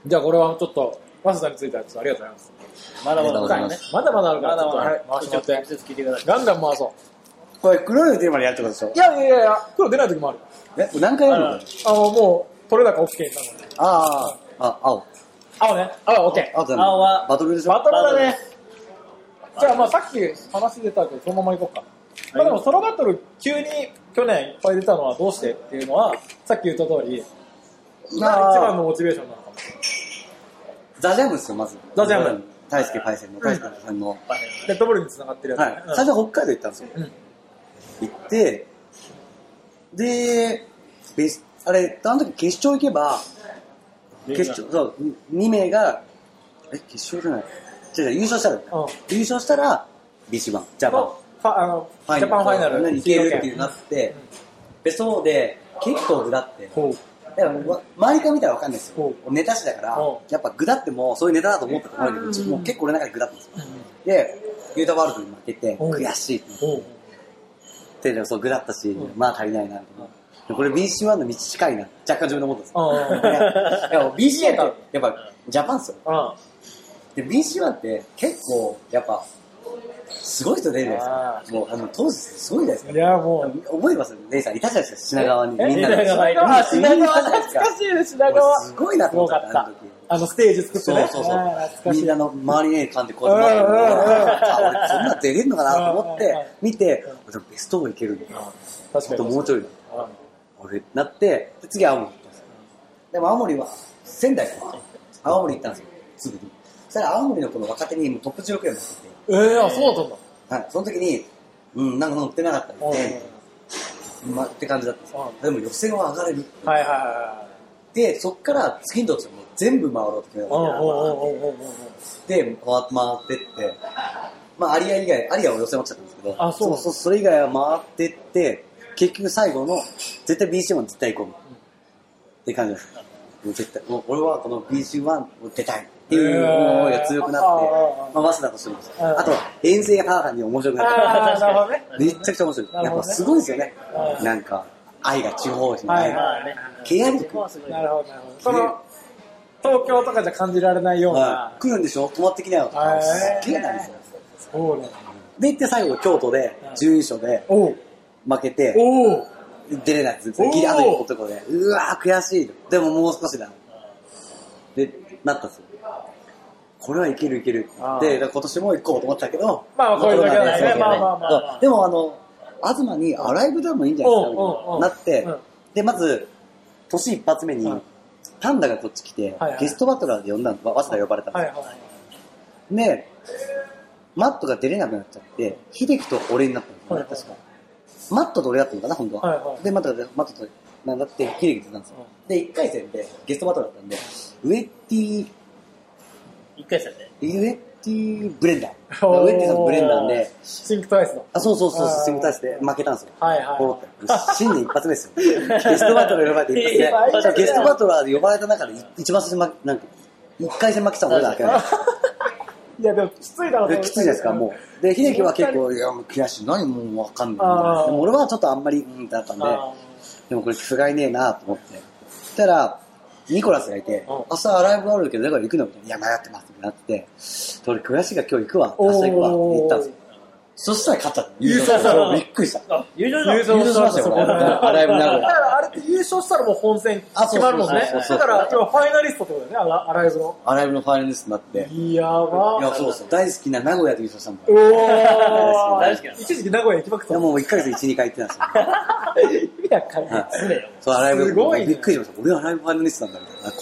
じゃあこれはちょっと、早稲田についてはちょっとありがとうございます。
ょ。まだまだ
ありがとうございます
まだまだあるから、
まだまだ。
ちょっとはい、回してもらっ
直接聞いてくだ
て。
さ
ガンガン回そ
これ、黒いテーマでやるってことでしょ
う。いやいやいやいや、黒出ない時もある。
え、何回やるの
あら
あの、もう、取れ高 OK なので。
あーあ、青。
青ね。青 OK。
青だね
青は
バトルでしょ
バトルだね
バ。
じゃあまあさっき話出たけど、そのまま行こうか。まあでもソロバトル急に去年いっぱい出たのはどうしてっていうのは、さっき言った通り、ま
まあ
あ一番のモチベーションなのかも。
ザジャムですよ、まず。
ザジャム。
大輔パイセンの、大輔さんの。
い。
デッドボールに繋がってるやつ
は
ね。
い。
うん
最初北海道行ったんですよ。
うん
行って、で、ベスあれ、あの時決勝行けば、決勝、そう、2名が、え、決勝じゃない。違う違う、優勝したら、
うん
優勝したら、ビシバン、ジャパン
の。ファあのジャパンファイナル
に行けるっていうなって、で、そうで、結構グダって、
ほう
だからわ周りから見たらわかんないですよ
ほ。
ネタ師だから
ほ、
やっぱグダってもそういうネタだと思ったと思うんだけどうち、もう結構俺の中でグダってんですよ。で、ユータワールドに負けて、
ほう
悔しいって
ほう
ででもそうグダったし、
うん
まあ足りないなと思って。でこれ BC1 の道近いな、若干自分で思ったんですよ。
うん
いやで も BC1 ってやっぱジャパンっすよ。
あ
で、BC1 って結構やっぱ、すごい人出るじゃないですか。もうあの当時すごいじゃないですか
い。やもう
覚えてますレイさん、いたじゃないですか、品川に。
え
みんな
品川
で。
いた
あ品川懐かしいね品川
すごいな
す
と思
ご
った
か
ん
っ
です
たあのステージ作って
そ
ね
うそう
あー
そう。
懐か
み
し
ん
い
なの周りに噛んでこうやって待ってる
うんうんうん
あ俺そんな出れんのかなと思っ
うんうんうん
て、見て、俺でもベスト4いけるんだな。
確
あ
か
と
に
もうちょいだ。
うん
俺、なって、で次青森行ったんですよ。でも青森は、仙台から。青森行ったんですよ。すぐに。そしたら青森のこの若手にもうトップ16くらい持って
ええあそうだったんだ
て、はい。その時に、うん、なんか乗ってなかった
うん
ん
はい
で、まあって感じだったんですよ。でも予選は上がれる。
はいは
で、そっから次の年はもう全部回ろうって決め
い
たんですよ
はいうんうんうんうんうんうん
で、回回ってって、まあ、アリア以外、アリアは寄せましたんですけど、
あそう
そうそれ以外は回ってって、結局最後の、絶対 BC1 絶対行こう。って感じです。もう絶対、もう俺はこの BC1 を出たいっていう思いが強くなって、
へー
まあ、早稲田としてもです
うん
あと、遠征が母に面白くなっ
ああなるほどね
て、めっちゃくちゃ面白い。
なる
やっ
ほどね
ぱすごいですよね
う。ん
なんか、愛が地方人の
は
愛
い
が。
まあね。
ケア力
はすごい。
なるほどなるほどその東京とかじゃ感じられないよう
は
ない
来るんでしょ泊まってきなよと
は
か、
い
すっげえなんですよ。
そうね
で、行って最後京都で、準優勝で、
おう
負けて、
おう
出れないです。ギリあと一歩とかで、うわー悔しい。でももう少しだ。で、なったんですよ。これはいけるいける
あ。ー
で、だから今年も行こうと思ってたけど、
まあまあこういう時はね
コロナでそう
まあまあまあまあ
そうでもあの、東にアライブでもいいんじゃないですか
うん
み
うんうん
たいな、なって
うん、
で、まず、年一発目に
ん、
パンダがこっち来て、
はいはい
ゲストバトラーで呼んだの、わ早稲田呼ばれたんです
はい
よ、
はい。
で、マットが出れなくなっちゃって、秀樹と俺になったんです
は
よ、
いはい
確か。マットと俺だったのかな、本当は。
はいはい
で、マットが、マットと、なんだって、秀樹と出たんですよ。で、1回戦でゲストバトラーだったんで、ウエッティ、
一回戦で。
ウエッティブレンダー。
おー
ウエッティさんとブレンダーで、
シンクトワイスの。
あ、そうそうそう
あ、ー
スイム対して負けたんですよ。
はいはい
こう新年一発目ですよ。ゲストバトラー呼ばれて 一発目。ゲストバトラーで呼ばれた中でい一番最初に負け、なんか、一回戦負けたの俺だけなんですよ
いや、でも、きついだろう
できついじゃないですか、もう。で、秀樹は結
も
構、いや、もう悔しい。何もうわかん
あ
な
ー
い。でも俺はちょっとあんまり、うんってなったんで、
あ
でもこれ、不甲斐ねえなと思って。そしたら、ニコラスがいて、
うん
明日ライブあるけど、だから行くのみたいな。いや、迷ってますってなって、俺悔しいから今日行くわ、明日行くわって言ったんですよ。そしたら勝ったの。優勝した
優勝
びっくりした。
あ、優勝
優
だ。
勝
優勝しましたよ、
そうそうそう
アライブ名古
だか
屋。
ら、あれって優勝したらもう本戦
あそ
決
うそう
ま
そ
るもん
う
ね
そうそう。そう
だから、今日ファイナリストってことだよねあの、アライズの。
アライブのファイナリストになって、い
やば。
や、そうそう、大好きな名古屋で優勝したんだ
おー
よ。
大好きなんだ
一時期名古屋行きまくっ
い
てたも
や、
ん。
もう1ヶ月1、2回行ってたんですよ。
意味わかんない。
すねよ。
そう、アライブ。
すごいね
びっくりしました。俺はアライブファイナリストなんだみたいな。あこ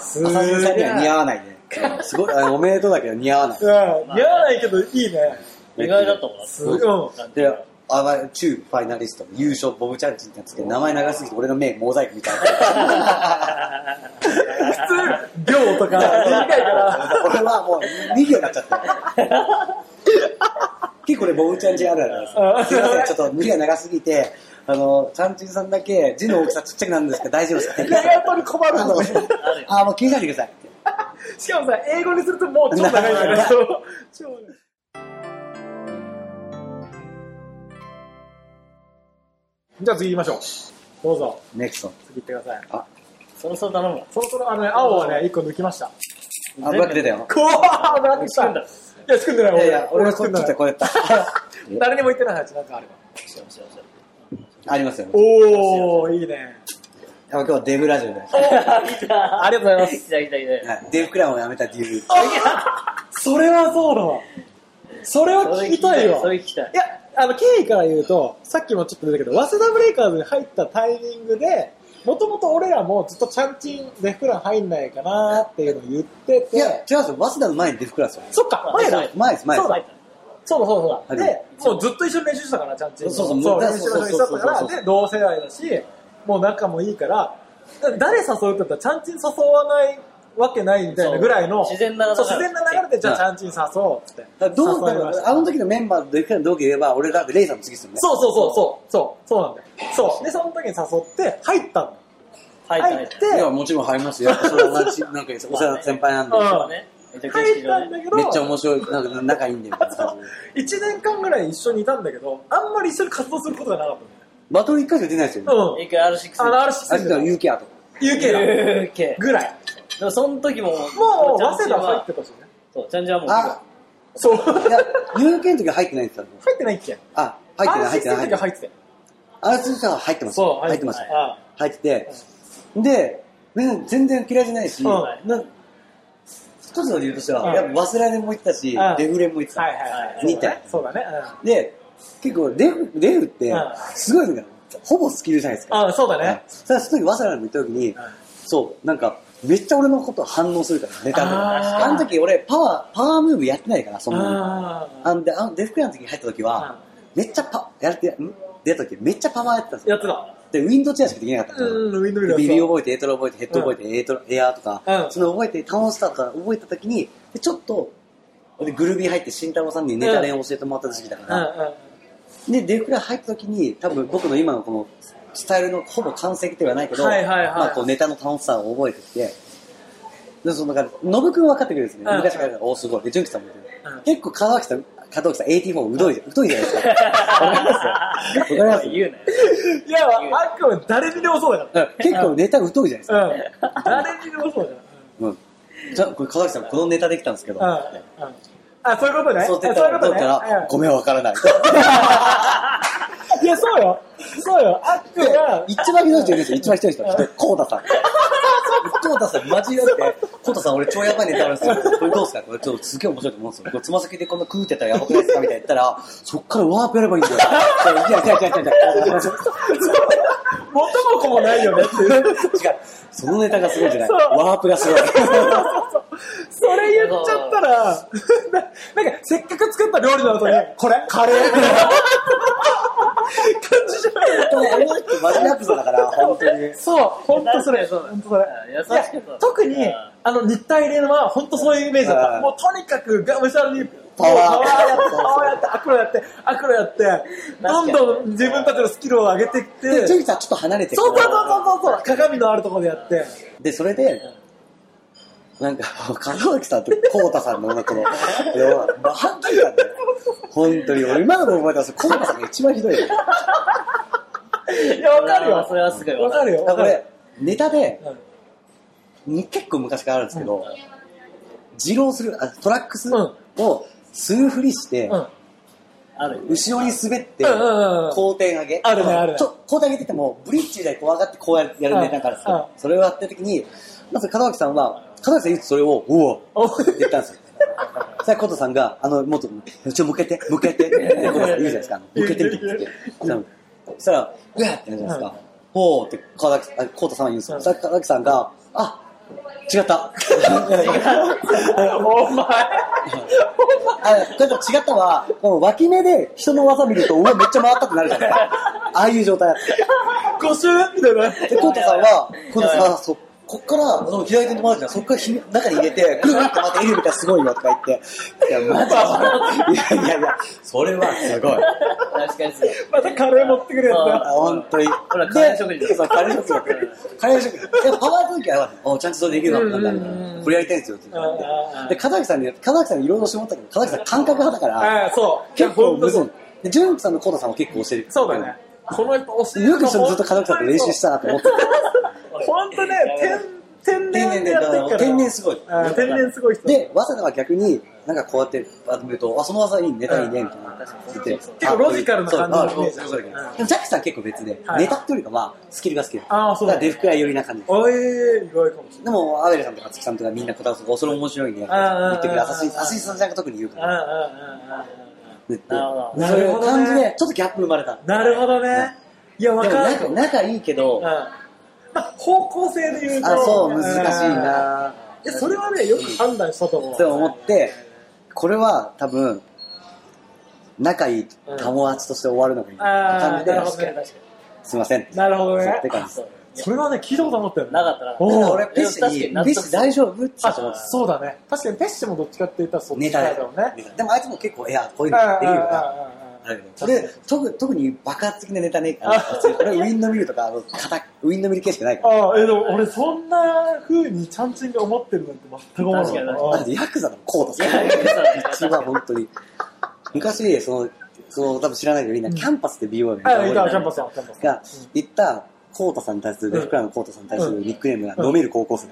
す
う
げえ。
浅見さんには似合わないね。すごい、あおめでとうだけど似合わない。
うん。やらないけど、いいね。
意外だったもんな。
すごい。うん
で、アラチューブファイナリスト、優勝ボブチャンチンってやつけど、名前長すぎて俺の目モザイクみ たいな。
普通、行とか、短いから。
俺はもう2秒になっちゃった。結構ね、ボブチャンチンあるあるなんですよ。すいません、ちょっと無理が長すぎて、あの、チャンチンさんだけ字の大きさちっちゃくなるんですけど大丈 夫ですか
意外とに困る
あ
の。
るよ。
ああ、もう気にしないでください。
しかもさ、英語にするともう超長いからね。そう超長いじゃあ次行きましょう。どうぞ、
ネクソン。
次行ってください。
そろそろ頼むわ。
そろそろあのね、青はね、一個抜きました。
あ、ブラック出たよ。
怖 っブラックした
んだ。よ
いや、仕組んでない、俺。
いやいや、俺はこ
仕
っ
組
ち
んでな
だった、
い。
こうやった。
誰にも言ってない話、なんかあれば。
しようしようしよ
ありますよ。
おー、いい ね。
あ今日はデブラジオで。は
う。来た。
ありがとうございます。
来た来た来
いデブクラブをやめた理由。
それはそうだわ。それは
た。それ
聞きたいわ。
それ聞きたい
い。や、あの、経緯から言うと、さっきもちょっと出たけど、早稲田ブレイカーズに入ったタイミングで、もともと俺らもずっとちゃんちんデフクラン入んないかなっていうのを言って
い
て、
や、違うんですよ。早稲田の前にデブクラブですよ。
そっか、前だ。
前です、前で
そうだそうだそうだそうだ。
はい
で、もうずっと一緒に練習してたから、ちゃんちんと。
そうそう
そう、
だ
練習の人一緒だったか
そうそうそうそう
ら、で、同世代だし、もう仲もいいから、だ誰誘うって言ったら、ちゃんちん誘わないわけないみたいなぐらいの、
そう自然な流れ
そう自然な流れで、じゃあちゃんちん誘おうっつって。
す。どう
誘いました
あの時のメンバーとデブクラブの同期で言えば、俺だってレイさんの次ですよね。
そうそうそうそう、そう、そうなんだよ。そう。で、その時に誘って、入ったんだよ。
入った入
入
っ。
ったて、
いや、もちろん入りますよ。やっぱそれは同じ、なんか、お世話の先輩なんで。
うん
そうね。めちゃくちゃ
入
式
った
場で。
んだけど、
めっちゃ面白い、なんか仲いいんで、みたいな感じで。
1年間ぐらい一緒にいたんだけど、あんまり一緒に活動することがなかっ
バトル1回しか出ないですよ
た
ね。
のね。
一回 R6
うん。あの、あるし、
あ、そうだ、
UK
ケアと。
だ。
系。
ぐらい。
でもその時も、もう
もう、
ちゃん
早
ち
稲
ん
田入っ
は
て、たしね。
そう、ちゃんちんはもう、
あ、
そう。
いや
入、
有権の時は入ってないんですよ。
ってないっけ
あ、入ってない、入ってない、
入
入っ
ってて
ない。
入ってたよ。
あれ、そしたら入ってます。
そう、
入ってます。
あ
入ってて、で、全全然嫌いじゃないし、
うん
な一つの理由としては、
うん
やっぱ忘れでも行ったし、
うん
デフレも行ってた。
はいはいはい。
見た
そうだね。うん
で、結構デフ、デフって
うん、
すごいのが、ほぼスキルじゃないですか。
あそうだね。
それはその時、わさらにも言った時に、そう、なんか、めっちゃ俺のこと反応するから、ネタ
あ
も。
ー
あの時俺、パワー、パワームーブやってないから、そんなに。
あー
あんで、あのデフクラの時に入った時は、めっちゃパ、やって、ん出た時、めっちゃパワーやってたんですよ。
やってた。
で、ウィンドウチェアしかできなかったから。
うん、ウィンドミル
ビビ
そう
覚えて、エトロ覚えて、ヘッド覚えて、エトロエアーとか、
うん
その覚えて、タウンスターとか覚えたときに、でちょっと、俺グルービー入って、慎太郎さんにネタ練を教えてもらった時期だか
うんう
ら、で、デフラ入ったときに、多分僕の今のこの、スタイルのほぼ完成形ではないけど、
はいはいはい
まあこうネタの楽しさを覚えてきて、で、そのなんか、ノブくん分かってくれるんですね。
うん
昔から、おおすごい。で、純喜さんもいて
うん
結構、門脇さん、門脇さん、84、疎いじゃん、疎いじゃないです か。わかりますよ。わかります
言うなよ。
ん。いや、あっくん誰にでもそうだか。
うん結構ネタ疎いじゃないですから
うん。誰にでもそうだから。
うん。じゃあ、これ、川崎さん、このネタできたんですけど、って
うんうんあ、そういうことね。
そうって言
あ
った
そういう
ら、
こと
だっ
ね。
たら、ごめん、わからない。
うんいや、そうよ。そうよ。あっくんは、
一番ひどい人いるんですよ、一番ひどい人。コウタさん。コウタさん、マジよくて、コウタさん、俺、超やばいネタあるんですよ。これどうですかこれ、ちょっとすげえ面白いと思うんですよ。これ、つま先でこんな食うてたらやばくないですかみたいな言ったら、そっからワープやればいいんだよ。いや、いや、いや、いや、いや、
元も子もないよねっていう。
違う、そのネタがすごいんじゃない
そう
ワープがすごい。
それ言っちゃったら、ななんかせっかく作った料理の後に、これカレ ー感じじゃない
本当に思いってマジナプザだから、本当に。
そう、本当それ、
そうだ
本当それ。
優し
いや
くそう
特に
あ
あの日体連は本当そういうイメージだっ
う
た。
ん
もうとにかくがむしゃらに
パワー
もうパワーやって、パワーやって、アクロやって、アクロやって、どんどん自分たちのスキルを上げてき
で、
て、そ
ジョ
う
ギさんちょっと離れて
そうそうそうそうそう、鏡のあるところでやって、
で、それで、なんか、門脇さんとコウタさんの女 この、反対なんだよ。本当に、俺今でも覚えてます。コウタさんが一番ひどいよ。
いや、わかる
あー
よ。
それはすごい
わ
わ
か
か
る
る
よ。
こ
わかる
れ、ネタで、
うん
に結構昔からあるんですけど、自浪する、あトラックス
うん
を数振りして、
うん
あるよね
後ろに滑って、
うんうんうん
後転上げ。
あるねあるね
ちょ後転上げって言っても、ブリッジでこう上がってこうやるやるネタから
うんうん
さ、それをやってる時に、まず門脇さんは、門脇さん唯一それを、おお
お
って言ったんです よ。そしたらコトさんが、あの、もっと、ちょ、向けて、向けて、ってコトさん言うじゃないですか。あの向けてみてって。そしたらそしたら、うわってなるじゃないですか。ほうって川崎あコウタさんは言うんですよ。そしたら川崎さんが、あ、違った。
お前、
あこれと違ったは、この脇目で人の技見ると、うわ、めっちゃ回ったってなるじゃないですか。ああいう状態だっ
5周みたいな。
た。で、コウタさんは、コウタさんは、そこっから、その左手の回るじゃん。そこからひ中に入れて、ぐるぐるってまたエルみたいなすごいよとか言って。いや、マジで。いやいやいや、それはすごい。
確かにそう
またカレー持ってくるやつ
そう
だ。
あ本当に。
ほらカレー職人
でそうカレー職人。カレー職人。でもパワードンキはやばいおちゃんとそれできるのかなみたいな。これやりたいんですよって言って
あ。
で、片崎さんに、片崎さんにいろいろしてもらったけど、片崎さん感覚派だから、
ああ、そう。
結構むず
そ
い。で、ジュンクさんのコードさんは結構教えてくれる
そうだね。。この人押して
よく一緒にずっと片崎さんと練習したなと思って。
本当ね、天天
天
然
然
で
で
やってるから。
天然すごい
あー天然すごい人。
で、早稲田は逆に、なんかこうやってやってみると、あ、その技いいね、ネタいいね、みたいな。結
結構ロジカルな感じのイメージ
でもジャッキさん結構別で、
はい
ネタっていうよりかは、スキルが好きだ
あーそう
だからデフクラ寄りな感じです
おい、意外かもし
でも、アベルさんとか月さんとかみんな答えをそれ面白いね。
ああ
言ってくれ
あ
る。
あ
アシスアシスタントさんが特に言うか
れない。
ら。
ああ、あ
言って
なるほ
ど
そういう感じ
なるほど
で
ね、
ちょっとギャップ生まれた。
あ、なるほどね。いや、わ
で
か
も
る。
仲、仲いいけど、あ、
まあ、方向性で言うと。
そう、難しい
うん。
ない
や、それはね、よく判断したと思う。
って思って、これは多分、仲いい
うん
友達として終わるのがいい
ああ、なる
感
ほ
じ
ど
で、
ね。
すいません。っ
なるほどね
て。感じです。
それはね、聞いたことなかったよね。
なかったな
お
だから
う
俺、ペッシ
確かに納
に、ペッ
得
シ大 丈夫って言ったと思うん
あ
です
そうだね。確かにペッシもどっちかって言ったらそっ
ネ
ち
タ
だ
で
よね。。
でもあいつも結構、いや、こういう
ああ
のできるよな。
あああああ
それ特特に爆発的なネタねえから俺ウィンドミルとかあの片ウィンドミル系しかないから
ああ、え、でも俺そんな風にちゃんちんが思ってるなんて全く思わな
確かに確
か
だっ
って
ヤクザのコートさ
いやいやいや
一番本当に昔そのその多分知らないけどみんなキャンパスで美容院
た。ああ、いた、キャンパ
ス
スだ、キャンパスだ。
が行ったコータさんに対するレフクラのコータさんに対するニックネームが飲める高校生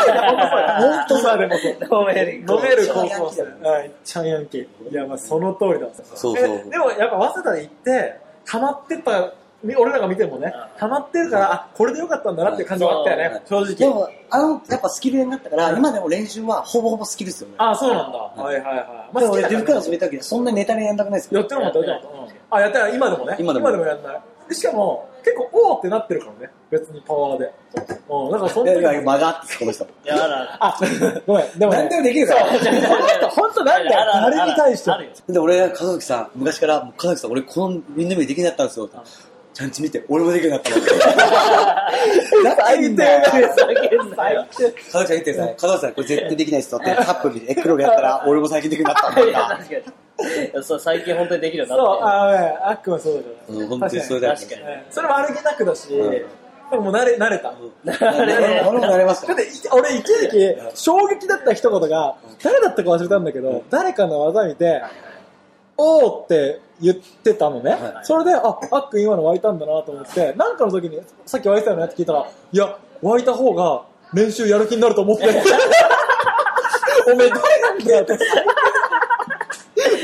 本当さ、でもそう。
飲める
飲める高校
一
生
番ヤン。キー
はい、ちゃんヤンキー。いや、まあその通りだわ。
そうそう
えでもやっぱ早稲田で行って、溜まってった、み俺らが見てもね、溜まってるから、あ、これでよかったんだなっていう感じはあったよね、正
で
直。
もあのやっぱスキルになったから今でも練習はほぼほぼスキルですよね
ああ、そうなんだ。はいはいはい。ま
でも俺
好きだ
レフ
か
ク
ら
ラの滑った時そんなネタにやんなくないです
や
か
ってなかった、やってなかった。あ、やってない、今でもね。
今でも
やんない。でしかも、結構、おーってなってるからね。別にパワーで。うん、だからそ
い
の
や
時
いや間があってこの人
いやあら
あ、ごめん、でもね。
何でもできるから
そうこの人、本当なんだよ。
あるある
誰に対しても
あるよ
で、俺、門崎さん、昔から、門崎さん、俺、このみんな目できなかったんですよ。ちゃんと見て、俺もできるようになったよ。最低だよ。
最低
門崎さん見てください。門崎さん、これ絶対できないっすよって、タップ見て、エクロールやったら、俺も最近できるようになったん
いや
だ。
確かにいやそう最近本当にできるよう
そう、
になっ
あーね、あっくんはそうだから。
うん本当にそれ
て
だ
確かに
うんそれも歩きなくだし、
ん
でももう慣れ、慣れた。
俺も俺もなれますか
だって、い俺、一時期、衝撃だった一言が、誰だったか忘れたんだけど、誰かの技見て、おーって言ってたのね。
はい
それで、あ、あっくん今の湧いたんだなと思って、なんかの時に、さっき湧いてたよねって聞いたら、いや、湧いた方が練習やる気になると思 って。おめえ誰なんだよって。
て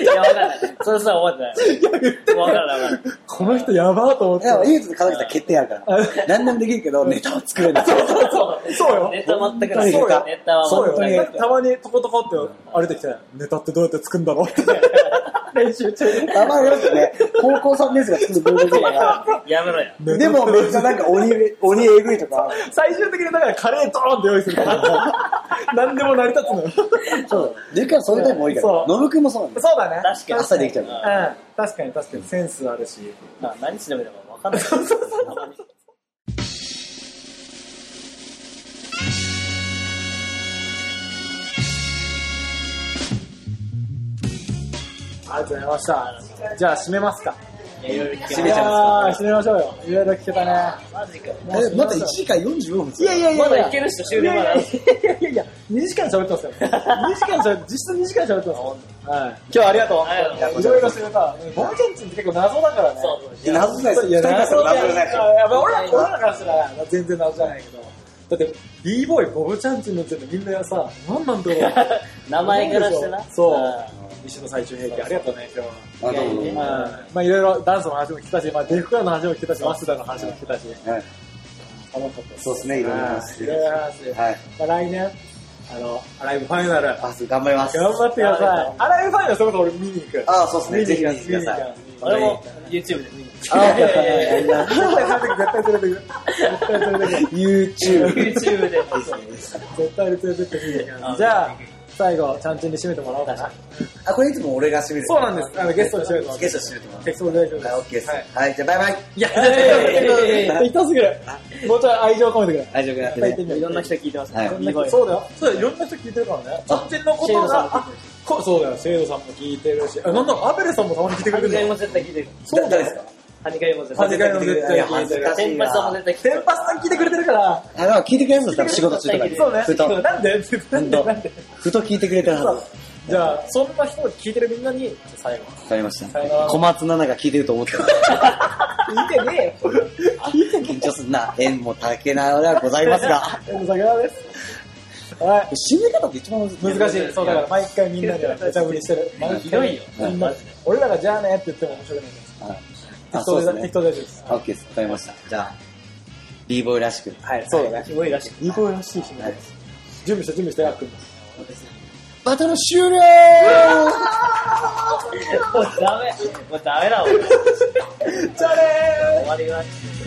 いやわかんないそれさ覚え
いや、言って
て
た
ないわか
よ
らないわか
この人やばーと思っ
い
て。
や、唯一門崎さん、欠点あるから。何でもできるけど、ネタは作れない。
らないそう
そうよ。
ネタ全く
本当
な
に
い。
下手
ネタは
そう
全くない。
よ。たまにトコトコって歩いてきて、ネタってどうやって作るんだろうって。 練習中に。
あんまりよくね、高校3年生が作る文章だか
や めろや。
ら、でもめっちゃなんか鬼、鬼えぐいとか、
最終的にだからカレードーンって用意するから。何でも成り立つのよ。
そう。でかそういうタイプ多いか
そ
ら、
う
ノブ君もそうなんだよ。
そうだね。
確かに。
朝できちゃうか
うん。確かに確かに。センスあるし。
うん。まあ何調べてもわかんない。
ありがとうございました。じゃあ、締めますか。
いやいろいろ聞け
締
な
め
い
ちゃい
あ
ま
ー締めましょうよ。いろいろ聞けたね。
マジか。
え、まだ1時間44分
いやいやいや
まだいけるっしょ終了まで
いやいやいやいや、2時間喋ってますから。2時間喋実質2時間喋ってますから。はい。今日はありがとう。
ありがとう
いろいろ喋った。ボンケンチンって結構謎だからね。
そうそう。
え謎じゃないです
いや、
よ。2人
謎
から
じ
謎じ
ゃな
ゃない
で
いですす
よ
よ。。
いや、まあ俺ら、俺らからしたら全然謎じゃないけど。だって、b ボーイボブチャンチンのってみんなさ、何なんだろう。
名前からしてな。
そう
うん。
一種の最終兵器、ありがとうね、今日は。
あ、どうもどう
うん
も。は
まあいろいろダンスの話も聞けたし、まあデフクラの話も聞けたし、早稲田の話も聞けたし、
い。
楽しかったです。
そうですね、いろいろ話し
い
て
ろいろ話して
はい。
まあ来年、あの、アライブファイナル、頑
あ、そう頑張ります。
張ってください。アライブファイナル、それこそ俺見に行く。
あ、そうです
見
ね、
に
ぜひ
行
見
く
てください。
見に行く
俺も YouTube で見に行
あ、
いやいやいや
や
絶対連れてく絶対連れてく絶対連れてく
YouTube。
YouTube で。
絶対連れてって見に行くじゃあ、最後、ちゃんちんに締めてもらおうかな。
あ、これいつも俺が締める。
そうなんです。あの、ゲストに締めてもらおう。
ゲスト締めてもらう
適当で大丈夫です。
はい、OK です
はい。
はい、じゃあバイバイ。
いや、いや
はい
痛すぎる。もうちょい愛情込めてくれ。
大丈夫やって
はい
ね。
いろんな人聞いてます
はい
ね。いい声
そうだよ。そうだよ。いろんな人聞いてるからね。
あ
全然のこ
シェー
と
ドさんも
が、
聞
あこそうだよ。シェードさんも聞いてるし、あ、なんだろう、アベレさんもたまに聞いてく
ハ
れる
ニ
ん
カ
だ
イも
よ。
絶対聞いてる。
そうだ
誰
よ
ですか
ハニカイも絶
ハ
対
ニカイも絶対聞いてる
恥ずかし
テ
い
ン
な
パスさんも絶対聞いて
テ
る
ン。パスさん聞いてくれてるから。
あの、聞いてくれるんですか仕事中とかに。
そうね。
ふ
な
と、
んでなんでなんで
ふと聞いてくれてるはず。
じゃあ、そんな人聞いてるみんなに、最後。
わかりまし
さ
た
よなら。
小松菜奈が聞いてると思ってた。
聞いてねえよ。
緊張すんな。縁も竹縄ではございますが。
えの桜です。はい。
締め方って一番難しい。
難しい。そうだから、毎回みんなで無茶ぶりしてる。毎回
ひどいよ
みんな
マジで。
俺らがじゃあねって言っても面白くないです。
はいあ、
適
そう
当です
でね
適。当で大丈夫です。
あ OK です。わかりました。じゃあ、b ボーイらしく。
はい、そうだね。
すごいらしい。
いい声らしいしね
はい。
準備して、準備して、やっくん。
バトル終了
もうダメ。もうダメだわ。
じゃあねー
終わりました。